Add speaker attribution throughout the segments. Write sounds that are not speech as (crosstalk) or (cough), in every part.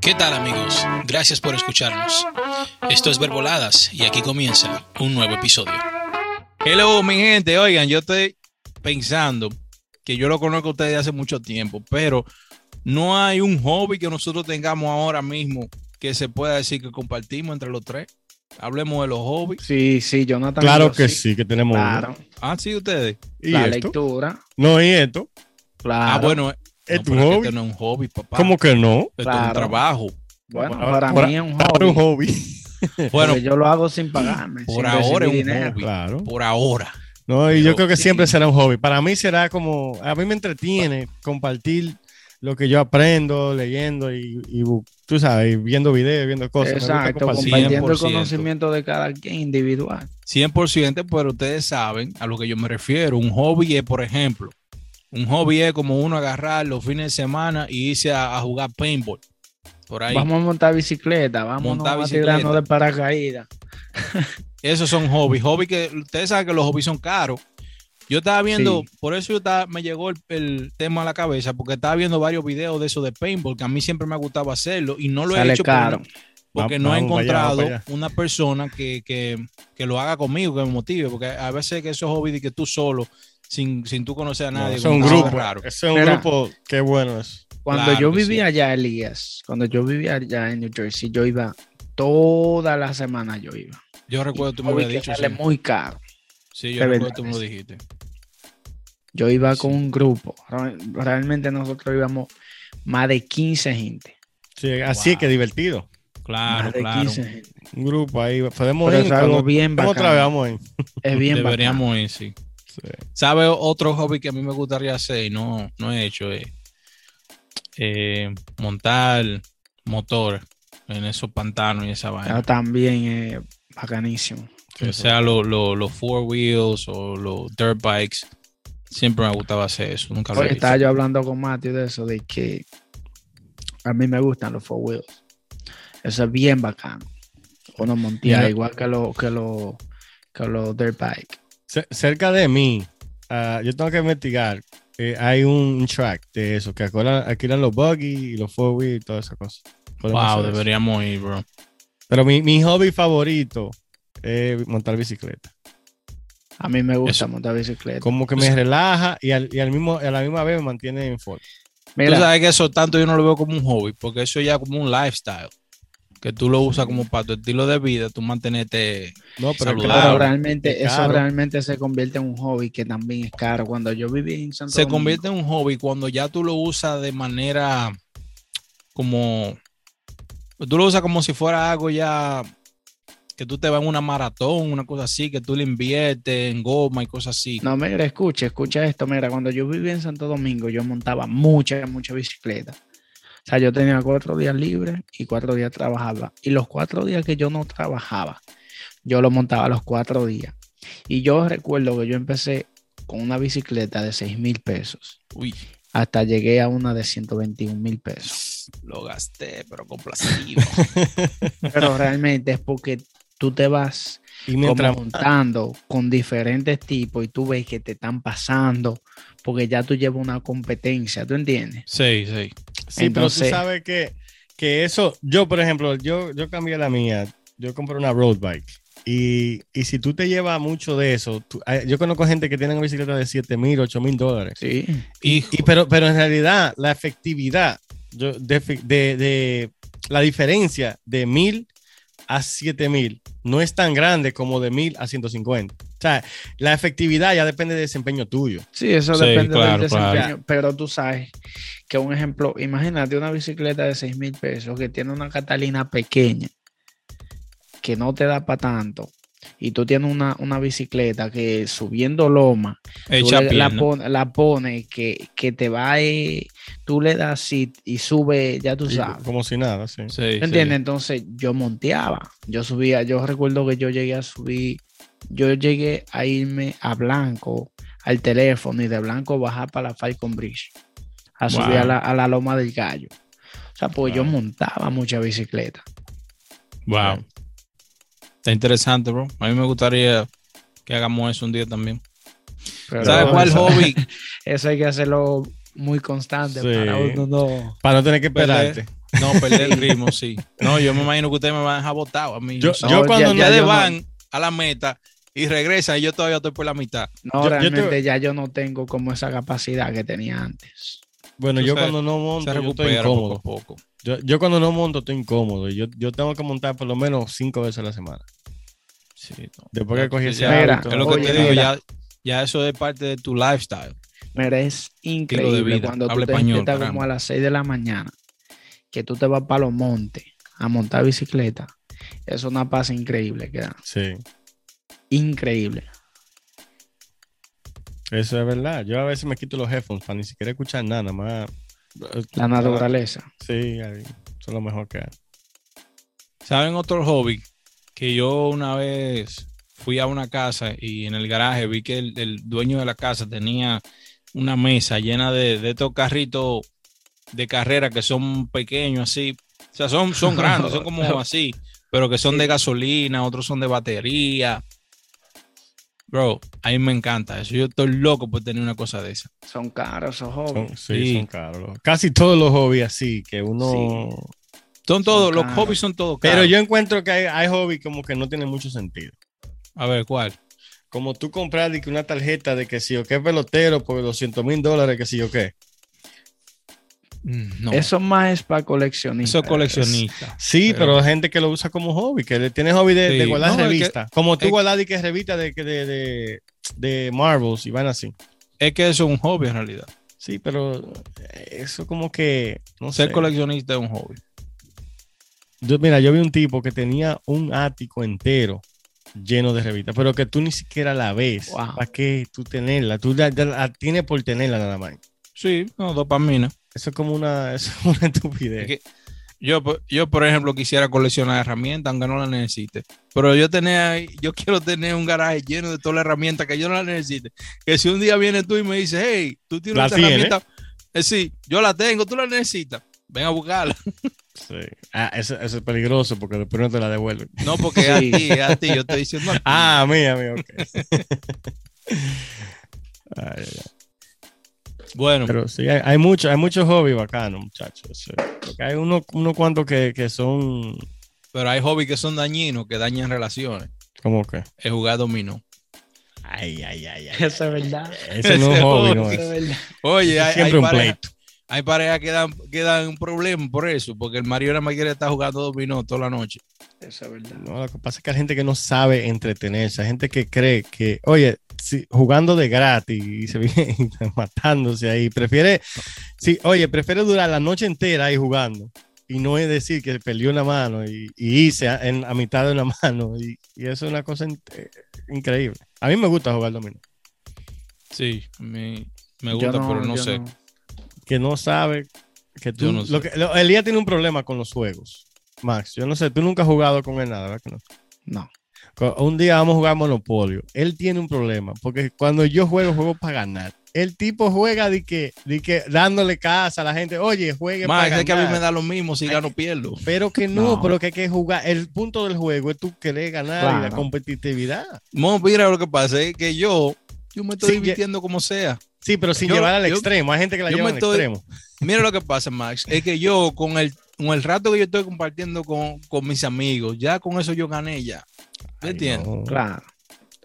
Speaker 1: ¿Qué tal amigos? Gracias por escucharnos. Esto es Verboladas y aquí comienza un nuevo episodio.
Speaker 2: Hello, mi gente. Oigan, yo estoy pensando que yo lo conozco a ustedes de hace mucho tiempo, pero no hay un hobby que nosotros tengamos ahora mismo que se pueda decir que compartimos entre los tres. Hablemos de los hobbies.
Speaker 3: Sí, sí, Jonathan.
Speaker 4: Claro
Speaker 3: yo
Speaker 4: que sí, que tenemos uno.
Speaker 3: Claro,
Speaker 2: Ah, sí, ustedes.
Speaker 4: ¿Y
Speaker 3: la
Speaker 4: esto?
Speaker 3: lectura.
Speaker 4: No, y esto.
Speaker 3: Claro.
Speaker 2: Ah, bueno, no,
Speaker 4: ¿Es tu
Speaker 2: pero que
Speaker 4: hobby?
Speaker 2: esto no es un hobby, papá.
Speaker 4: ¿Cómo que no?
Speaker 2: Esto es un
Speaker 3: Claro.
Speaker 4: (laughs)
Speaker 2: trabajo.
Speaker 3: Bueno,
Speaker 4: Ahora-
Speaker 3: para
Speaker 4: ahora-
Speaker 3: mí es un
Speaker 4: Ahora
Speaker 3: hobby.
Speaker 2: (laughs)
Speaker 4: un hobby.
Speaker 2: Bueno,
Speaker 3: porque yo lo hago sin pagarme.
Speaker 2: por
Speaker 3: sin
Speaker 2: ahora es
Speaker 3: recibir
Speaker 2: un
Speaker 3: dinero.
Speaker 2: hobby.
Speaker 4: Claro.
Speaker 2: por ahora.
Speaker 4: No, y
Speaker 2: Pero
Speaker 4: yo creo que
Speaker 2: sí.
Speaker 4: siempre será un hobby. Para mí será como, a mí me entretiene compartir lo que yo aprendo, leyendo y, y bu- tú sabes, y viendo videos, viendo cosas. Me gusta
Speaker 3: Exacto,
Speaker 4: compartir.
Speaker 2: compartir.
Speaker 3: compartiendo el
Speaker 2: 100%.
Speaker 3: conocimiento de cada quien individual.
Speaker 2: 100%, pero ustedes saben a lo que yo me refiero. Un hobby es, por ejemplo, un hobby es como uno agarrar los fines de semana y irse a, a jugar paintball. Por ahí.
Speaker 3: Vamos a montar bicicleta, vamos
Speaker 2: Montar
Speaker 3: a
Speaker 2: bicicleta.
Speaker 3: tirarnos de paracaídas.
Speaker 2: Esos son hobbies. Hobby que ustedes saben que los hobbies son caros. Yo estaba viendo, por eso yo estaba- me llegó el, el tema a la cabeza, porque estaba viendo varios videos de eso de paintball, que a mí siempre me ha gustado hacerlo y no lo he
Speaker 3: Sale
Speaker 2: hecho por-
Speaker 3: caro.
Speaker 2: porque
Speaker 4: Va-
Speaker 2: no he
Speaker 4: vamos para allá,
Speaker 2: encontrado
Speaker 4: vamos para allá.
Speaker 2: una persona que, que- que lo haga conmigo, que me motive, porque a veces que esos hobbies de que tú solo, sin, sin tú conocer a
Speaker 4: No,
Speaker 2: nadie,
Speaker 4: eso es
Speaker 2: como
Speaker 4: un
Speaker 2: que suena
Speaker 4: grupo.
Speaker 2: raro.
Speaker 4: Eso es un
Speaker 3: Mira.
Speaker 4: grupo. Qué bueno es.
Speaker 3: Cuando
Speaker 2: Claro
Speaker 3: yo
Speaker 2: que sí.
Speaker 3: vivía allá, Elías, cuando yo vivía allá en New Jersey, yo iba toda la semana, yo iba.
Speaker 2: Yo recuerdo tú me
Speaker 3: Hobby
Speaker 2: habías
Speaker 3: que
Speaker 2: dicho.
Speaker 3: sale
Speaker 2: sí.
Speaker 3: muy caro.
Speaker 2: Sí,
Speaker 3: de
Speaker 2: yo recuerdo
Speaker 3: verdad
Speaker 2: tú me
Speaker 3: que
Speaker 2: lo
Speaker 3: sí.
Speaker 2: dijiste.
Speaker 3: Yo iba con
Speaker 2: Sí.
Speaker 3: un grupo. Re- Realmente nosotros íbamos más de 15 gente.
Speaker 4: Sí, así es que divertido.
Speaker 2: Claro,
Speaker 3: más de
Speaker 2: claro.
Speaker 3: 15 gente.
Speaker 4: Un grupo ahí. Podemos
Speaker 3: Pero
Speaker 4: ir.
Speaker 3: es algo
Speaker 4: cuando-
Speaker 3: bien
Speaker 4: Pues ¿Cómo otra
Speaker 3: bacano.
Speaker 4: vez vamos a ir?
Speaker 3: Es bien bacano.
Speaker 2: Deberíamos ir, sí. ¿Sabe otro hobby que a mí me gustaría hacer y no, no he hecho? Eh, eh, montar motor en esos pantanos y esa
Speaker 3: Pero
Speaker 2: vaina.
Speaker 3: Ah, también es bacanísimo.
Speaker 2: O sea lo- lo- los four wheels o los dirt bikes. Siempre me gustaba hacer eso. Nunca lo
Speaker 3: Hoy
Speaker 2: he hecho.
Speaker 3: estaba yo hablando con Mati de eso, de que a mí me gustan los four wheels. Eso es bien bacano. Uno montea
Speaker 4: Mira.
Speaker 3: igual que los que lo, que los dirt bike.
Speaker 4: Ce- cerca de mí, ah, yo tengo que investigar. eh, hay un, un track de eso, que alquilan, alquilan los buggy y los four wheel y toda esa cosa. Podemos
Speaker 2: Wow,
Speaker 4: hacer eso.
Speaker 2: deberíamos ir, bro.
Speaker 4: Pero mi, mi hobby favorito es montar bicicleta.
Speaker 3: A mí me gusta
Speaker 2: Eso.
Speaker 3: montar bicicleta.
Speaker 4: Como que me relaja y, al, y al mismo, a la misma vez me mantiene en forma.
Speaker 3: Mira,
Speaker 2: Tú sabes que eso tanto yo no lo veo como un hobby, porque eso ya como un lifestyle. Que tú lo usas como para tu estilo de vida, tú mantenerte.
Speaker 4: No, pero es que-
Speaker 3: pero
Speaker 2: Claro,
Speaker 3: realmente,
Speaker 4: es
Speaker 3: eso
Speaker 4: caro.
Speaker 3: realmente se convierte en un hobby que también es caro. Cuando yo viví en Santo
Speaker 2: Se
Speaker 3: Domingo,
Speaker 2: convierte en un hobby cuando ya tú lo usas de manera como. Tú lo usas como si fuera algo ya. Que tú te vas en una maratón, una cosa así, que tú le inviertes en goma y cosas así.
Speaker 3: No, mira, escucha, escucha esto. Mira, cuando yo vivía en Santo Domingo, yo montaba mucha, mucha bicicleta. O sea, yo tenía cuatro días libres y cuatro días trabajaba. Y los cuatro días que yo no trabajaba, yo lo montaba los cuatro días. Y yo recuerdo que yo empecé con una bicicleta de 6 mil pesos.
Speaker 2: Uy,
Speaker 3: Hasta llegué a una de 121 mil pesos.
Speaker 2: (laughs) lo gasté, pero complacido.
Speaker 3: Pero realmente es porque tú te vas
Speaker 4: y mientras,
Speaker 3: como juntando con diferentes tipos y tú ves que te están pasando porque ya tú llevas una competencia, ¿tú entiendes?
Speaker 2: (laughs) sí, sí.
Speaker 4: sí, pero
Speaker 3: entonces-
Speaker 4: tú sabes que, que eso, yo por ejemplo, yo, yo cambié la mía, yo compré una road bike. Y, y si tú te llevas mucho de eso, tú- hay- yo conozco gente que tiene una bicicleta de 7 mil, 8 mil dólares.
Speaker 3: Sí.
Speaker 2: Hijo,
Speaker 4: Y pero, pero en realidad, la efectividad yo, de, de- de- la diferencia de 1000 a 7000 no es tan grande como de 1000 a 150. O sea, la efectividad ya depende del desempeño tuyo.
Speaker 3: Sí, eso
Speaker 2: Sí,
Speaker 3: depende del
Speaker 2: claro, claro.
Speaker 3: desempeño. Pero tú sabes que un ejemplo, imagínate una bicicleta de 6 mil pesos que tiene una Catalina pequeña que no te da para tanto. Y tú tienes una, una bicicleta que subiendo loma, tú
Speaker 2: echa
Speaker 3: le- la,
Speaker 2: pierna.
Speaker 3: pon- la pones que, que te va, eh, tú le das sit y sube, ya tú
Speaker 4: Y
Speaker 3: sabes.
Speaker 4: Como si nada, sí.
Speaker 2: Sí, sí.
Speaker 3: ¿Me entiendes? Entonces yo monteaba, yo subía, yo recuerdo que yo llegué a subir, yo llegué a irme a Blanco, al teléfono y de Blanco bajar para la Falcon Bridge, a subir
Speaker 2: Wow.
Speaker 3: a, la, a la Loma del Gallo. O sea, pues yo
Speaker 4: Wow.
Speaker 3: montaba mucha bicicleta.
Speaker 2: Wow. Está interesante, bro. A mí me gustaría que hagamos eso un día también.
Speaker 3: Pero
Speaker 2: ¿Sabes
Speaker 4: vamos
Speaker 2: cuál
Speaker 3: eso,
Speaker 2: hobby?
Speaker 3: Eso hay que hacerlo muy constante
Speaker 4: Sí.
Speaker 3: para uno no...
Speaker 4: Para no tener que
Speaker 2: ¿Verdad?
Speaker 4: esperarte.
Speaker 2: No, perder el ritmo, sí. No, yo me imagino que ustedes me van a dejar botado a mí.
Speaker 4: Yo,
Speaker 2: O sea,
Speaker 3: No,
Speaker 4: yo
Speaker 3: ya-
Speaker 4: cuando
Speaker 2: ya
Speaker 4: no-
Speaker 2: de
Speaker 3: yo no-
Speaker 2: van a la meta y regresan y yo todavía estoy por la mitad.
Speaker 3: No,
Speaker 4: Yo- yo te-
Speaker 3: realmente ya yo no tengo como esa capacidad que tenía antes.
Speaker 4: bueno,
Speaker 2: tú
Speaker 4: yo
Speaker 2: sabes,
Speaker 4: cuando no
Speaker 2: Se
Speaker 4: monto, yo estoy
Speaker 2: recupera poco
Speaker 4: incómodo.
Speaker 2: a poco.
Speaker 4: Yo, yo cuando no monto, estoy incómodo. Yo, yo tengo que montar por lo menos cinco veces a la semana.
Speaker 2: Sí, no.
Speaker 4: Después que cogí ese
Speaker 2: Ah, Ya,
Speaker 3: Mira,
Speaker 4: hábito.
Speaker 2: Es lo que
Speaker 3: Oye,
Speaker 2: te digo,
Speaker 3: mira.
Speaker 2: ya, ya eso es parte de tu lifestyle.
Speaker 3: Mira, es increíble
Speaker 2: vida,
Speaker 3: cuando tú
Speaker 2: habla
Speaker 3: te
Speaker 2: español,
Speaker 3: despiertas
Speaker 2: caramba.
Speaker 3: como a las 6 de la mañana, que tú te vas para los montes a montar bicicleta. Es una paz increíble que da.
Speaker 4: Sí,
Speaker 3: Increíble.
Speaker 4: eso es verdad. Yo a veces me quito los headphones para ni siquiera escuchar nada, nada más. eh,
Speaker 3: La naturaleza.
Speaker 4: Sí, ahí, eso es lo mejor que hay.
Speaker 2: ¿Saben otro hobby? Que yo una vez fui a una casa y en el garaje vi que el, el dueño de la casa tenía una mesa llena de, de estos carritos de carrera que son pequeños así. O sea, son, son grandes, son como así, pero que son de gasolina, otros son de batería. Bro, a mí me encanta eso. Yo estoy loco por tener una cosa de esa.
Speaker 3: Son caros esos hobbies.
Speaker 4: Son- sí,
Speaker 2: Sí.
Speaker 4: son caros. los- Casi todos los hobbies así, que uno...
Speaker 2: Son todos, los
Speaker 3: caros.
Speaker 2: hobbies son todos
Speaker 4: Pero
Speaker 2: caros.
Speaker 4: yo encuentro que hay, hay hobbies como que no tienen mucho sentido.
Speaker 2: A ver, ¿cuál?
Speaker 4: Como tú comprar de que una tarjeta de que si o qué pelotero por 200 mil dólares, que si o qué.
Speaker 2: Mm, No, eso
Speaker 3: Eso más es para coleccionistas.
Speaker 2: es coleccionista.
Speaker 4: Sí,
Speaker 2: Pero-
Speaker 4: pero, hay gente que lo usa como hobby, que le tiene hobby de,
Speaker 2: Sí.
Speaker 4: de guardar
Speaker 2: No, es que-
Speaker 4: revistas. como tú
Speaker 2: es-
Speaker 4: guardar de que revistas de, que de, de, de Marvels y van así.
Speaker 2: Es que eso es un hobby en realidad.
Speaker 4: Sí, pero eh, eso como que, no
Speaker 2: Ser
Speaker 4: sé.
Speaker 2: coleccionista es un hobby.
Speaker 4: Yo- mira, yo vi un tipo que tenía un ático entero lleno de revistas, pero que tú ni siquiera la ves.
Speaker 3: Wow.
Speaker 4: ¿Para qué tú tenerla? Tú la, la- la tienes por tenerla nada más.
Speaker 2: Sí, no, dopamina.
Speaker 4: Eso es como una, (laughs) eso es una
Speaker 2: Es
Speaker 4: estupidez.
Speaker 2: que yo, por- yo, por ejemplo, quisiera coleccionar herramientas, aunque no las necesite. Pero yo tener, yo quiero tener un garaje lleno de todas las herramientas que yo no las necesite. Que si un día vienes tú y me dices, hey, tú tienes
Speaker 4: La
Speaker 2: esta
Speaker 4: tiene.
Speaker 2: herramienta. Eh, sí, yo la tengo, tú la necesitas. Ven a buscarla.
Speaker 4: Sí. Ah, eso, eso es peligroso porque después no te la devuelven.
Speaker 2: No, porque es a
Speaker 3: Sí.
Speaker 2: ti, es a ti, yo estoy diciendo. a ti.
Speaker 4: Ah, mía,
Speaker 2: (laughs)
Speaker 4: mía, ok. Ay, ay, ay.
Speaker 2: bueno,
Speaker 4: pero sí, hay, hay mucho- hay muchos hobbies bacanos, muchachos. sí. Porque hay unos uno cuantos que, que son
Speaker 2: pero hay hobbies que son dañinos, que dañan relaciones.
Speaker 4: como que.
Speaker 2: Es jugar dominó.
Speaker 4: Ay, ay,
Speaker 2: (laughs)
Speaker 4: ay, ay.
Speaker 3: (laughs) Eso es verdad.
Speaker 4: Ese no es
Speaker 2: Ese
Speaker 4: hobby, no
Speaker 3: Eso
Speaker 4: es.
Speaker 3: es verdad.
Speaker 2: Oye, hay,
Speaker 4: Siempre
Speaker 2: hay
Speaker 4: un
Speaker 2: pareja-
Speaker 4: pleito.
Speaker 2: Hay parejas que dan, que dan problemas por eso, porque el marido nada más quiere estar jugando dominó toda la noche.
Speaker 3: Eso es verdad.
Speaker 4: No, lo que pasa es que hay gente que no sabe entretenerse, hay gente que cree que, oye, si- jugando de gratis y se (laughs) viene matándose ahí, prefiere, sí, oye, prefiere durar la noche entera ahí jugando y no es decir que perdió una mano y, y hice a, en- a mitad de una (laughs) mano y, y eso es una cosa in- eh, increíble. A mí me gusta jugar dominó.
Speaker 2: Sí, me, me gusta,
Speaker 3: Yo
Speaker 2: pero no
Speaker 3: yo
Speaker 2: sé.
Speaker 4: Que no sabe que tú,
Speaker 2: Yo no sé.
Speaker 4: lo que- lo- Elías tiene un problema con los juegos, Max. Yo no sé, tú nunca has jugado con él nada, ¿verdad que no?
Speaker 3: No.
Speaker 4: Co- Un día vamos a jugar Monopolio. Él tiene un problema, porque cuando yo juego, juego para ganar. El tipo juega de que, de que dándole casa a la gente, oye, juegue
Speaker 2: Más,
Speaker 4: para
Speaker 2: es que a mí me
Speaker 4: ganar.
Speaker 2: da lo mismo, si gano pierdo.
Speaker 4: Pero que no,
Speaker 3: No.
Speaker 4: pero que hay que jugar. El punto del juego es tú querer ganar y la
Speaker 3: Claro.
Speaker 4: competitividad.
Speaker 2: No, mira lo que pasa, es que yo, yo me estoy
Speaker 4: Sí,
Speaker 2: divirtiendo como sea.
Speaker 4: Sí, pero sin
Speaker 2: Yo-
Speaker 4: llevar al
Speaker 2: yo-
Speaker 4: extremo. Hay gente que la
Speaker 2: yo
Speaker 4: lleva
Speaker 2: me
Speaker 4: al
Speaker 2: estoy-
Speaker 4: extremo.
Speaker 2: Mira lo que pasa, Max, es que yo con el, con el rato que yo estoy compartiendo con, con mis amigos, ya con eso yo gané ya. ¿Me
Speaker 4: Ay,
Speaker 2: entiendes?
Speaker 4: no.
Speaker 3: Claro.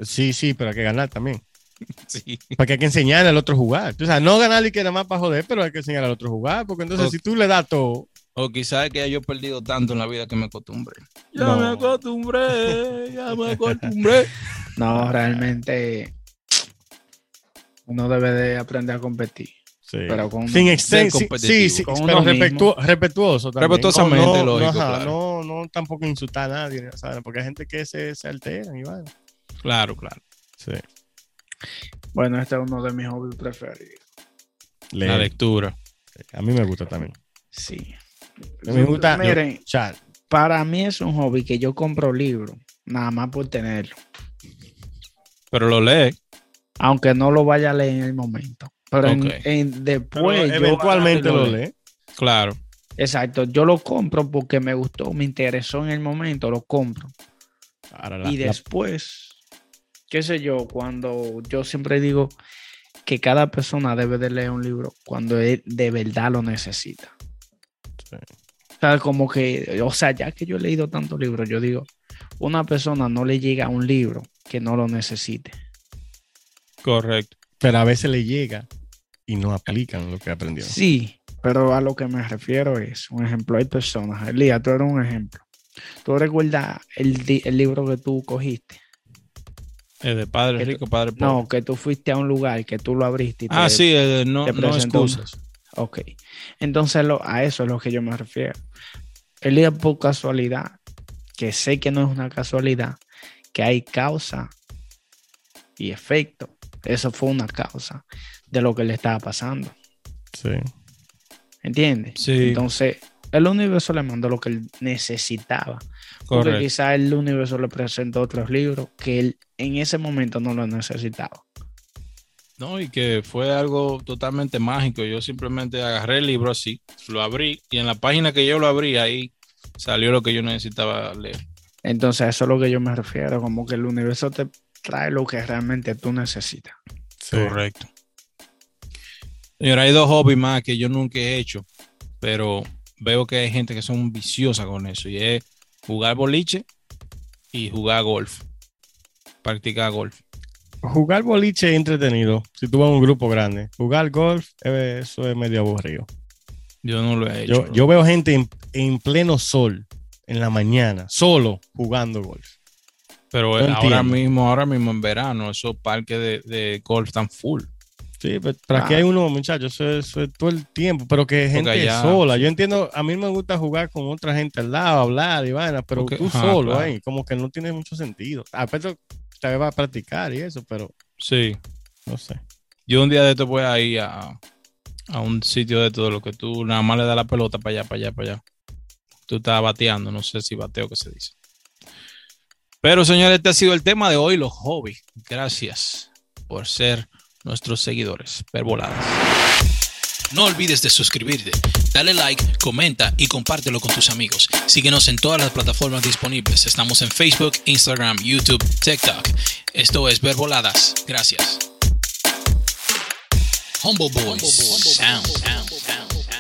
Speaker 4: Sí, sí, pero hay que ganar también.
Speaker 2: (laughs) Sí.
Speaker 4: Porque hay que enseñar al otro a jugar. O sea, no ganar y que nada más para joder, pero hay que enseñar al otro a jugar. Porque entonces,
Speaker 2: Ok.
Speaker 4: si tú le das todo,
Speaker 2: O quizás es que ya yo he perdido tanto en la vida que me acostumbré. Ya
Speaker 4: No.
Speaker 2: me acostumbré, ya me acostumbré.
Speaker 3: No, realmente uno debe de aprender a competir. Pero con
Speaker 4: Sin
Speaker 3: uno-
Speaker 4: exceso.
Speaker 2: Ser
Speaker 4: Sí,
Speaker 2: competitivo.
Speaker 4: sí,
Speaker 3: Con
Speaker 4: pero
Speaker 3: uno mismo.
Speaker 4: respetu- respetuoso también.
Speaker 2: Respetuosamente,
Speaker 4: no, no,
Speaker 2: lógico,
Speaker 4: no, ajá,
Speaker 2: claro.
Speaker 4: no, no tampoco insultar a nadie, ¿sabes? Porque hay gente que se, se altera y va.
Speaker 2: (laughs) Claro, claro.
Speaker 4: Sí.
Speaker 3: Bueno, este es uno de mis hobbies preferidos.
Speaker 2: La lectura.
Speaker 4: A mí me gusta también.
Speaker 3: Sí.
Speaker 4: A mí me gusta yo-
Speaker 3: Miren,
Speaker 4: chat.
Speaker 3: para mí es un hobby que yo compro libros, nada más por tenerlo,
Speaker 2: Pero lo lee.
Speaker 3: aunque no lo vaya a leer en el momento. Pero en-
Speaker 2: Ok.
Speaker 3: en-
Speaker 4: Pero
Speaker 3: después. yo
Speaker 4: eventualmente
Speaker 3: agarro y
Speaker 4: lo lee.
Speaker 2: Claro.
Speaker 3: Exacto, yo lo compro porque me gustó, me interesó en el momento, lo compro.
Speaker 4: Ahora la-
Speaker 3: y
Speaker 4: la-
Speaker 3: después, qué sé yo, cuando yo siempre digo que cada persona debe de leer un libro cuando él de verdad lo necesita. sea, como que, o sea, ya que yo he leído tantos libros, yo digo, una persona no le llega a un libro que no lo necesite.
Speaker 2: Correcto.
Speaker 4: Pero a veces le llega y no aplican lo que aprendió.
Speaker 3: Sí, pero a lo que me refiero es, un ejemplo, hay personas, Elías, tú eres un ejemplo. ¿Tú recuerdas el, di- el libro que tú cogiste?
Speaker 2: El de padre rico, padre pobre.
Speaker 3: No, que tú fuiste a un lugar, que tú lo abriste. Y te-
Speaker 2: ah, sí, el de no,
Speaker 3: te
Speaker 2: no
Speaker 3: presentó
Speaker 2: excusas.
Speaker 3: Ok. Entonces lo- a eso es lo que yo me refiero. Elías, por casualidad, que sé que no es una casualidad, que hay causa y efecto. Eso fue una causa de lo que le estaba pasando.
Speaker 4: Sí.
Speaker 3: ¿Entiendes?
Speaker 2: Sí.
Speaker 3: Entonces, el universo le mandó lo que él necesitaba. Porque
Speaker 2: Correcto.
Speaker 3: quizás el universo le presentó otros libros que él en ese momento no lo necesitaba.
Speaker 2: No, y que fue algo totalmente mágico. Yo simplemente agarré el libro así, lo abrí y en la página que yo lo abrí, ahí salió lo que yo necesitaba leer.
Speaker 3: Entonces, a eso es lo que yo me refiero, como que el universo te trae lo que realmente tú necesitas.
Speaker 4: sí.
Speaker 2: Correcto. Señora, hay dos hobbies más que yo nunca he hecho, pero veo que hay gente que son viciosa con eso y es jugar boliche y jugar golf. Practicar golf.
Speaker 4: Jugar boliche es entretenido. Si tú vas a un grupo grande, jugar golf, eh, eso es medio aburrido.
Speaker 2: Yo no lo he hecho.
Speaker 4: Yo,
Speaker 2: bro.
Speaker 4: yo veo gente en, en pleno sol, en la mañana, solo jugando golf.
Speaker 2: pero
Speaker 4: yo
Speaker 2: ahora
Speaker 4: entiendo.
Speaker 2: mismo, ahora mismo en verano, esos parques de, de golf están full.
Speaker 4: Sí, pero para
Speaker 3: Ah.
Speaker 4: que hay uno, muchachos, eso, es- eso es todo el tiempo, pero que gente
Speaker 2: allá-
Speaker 4: sola. Yo entiendo, a mí me gusta jugar con otra gente al lado, hablar y vaina, pero
Speaker 2: Porque-
Speaker 4: tú
Speaker 2: ajá,
Speaker 4: solo
Speaker 2: claro.
Speaker 4: ahí, como que no tiene mucho sentido. A Pedro tal vez va a practicar y eso, pero
Speaker 2: Sí.
Speaker 4: no sé.
Speaker 2: Yo un día de estos voy a ir a, a un sitio de todo lo que tú nada más le das la pelota para allá, para allá, para allá. Tú estás bateando, no sé si bateo que se dice. Pero señores, este ha sido el tema de hoy, los hobbies. Gracias por ser nuestros seguidores. Verboladas.
Speaker 1: No olvides de suscribirte, dale like, comenta y compártelo con tus amigos. Síguenos en todas las plataformas disponibles. Estamos en Facebook, Instagram, YouTube, TikTok. Esto es Verboladas. Gracias. Humble Boys. Sound.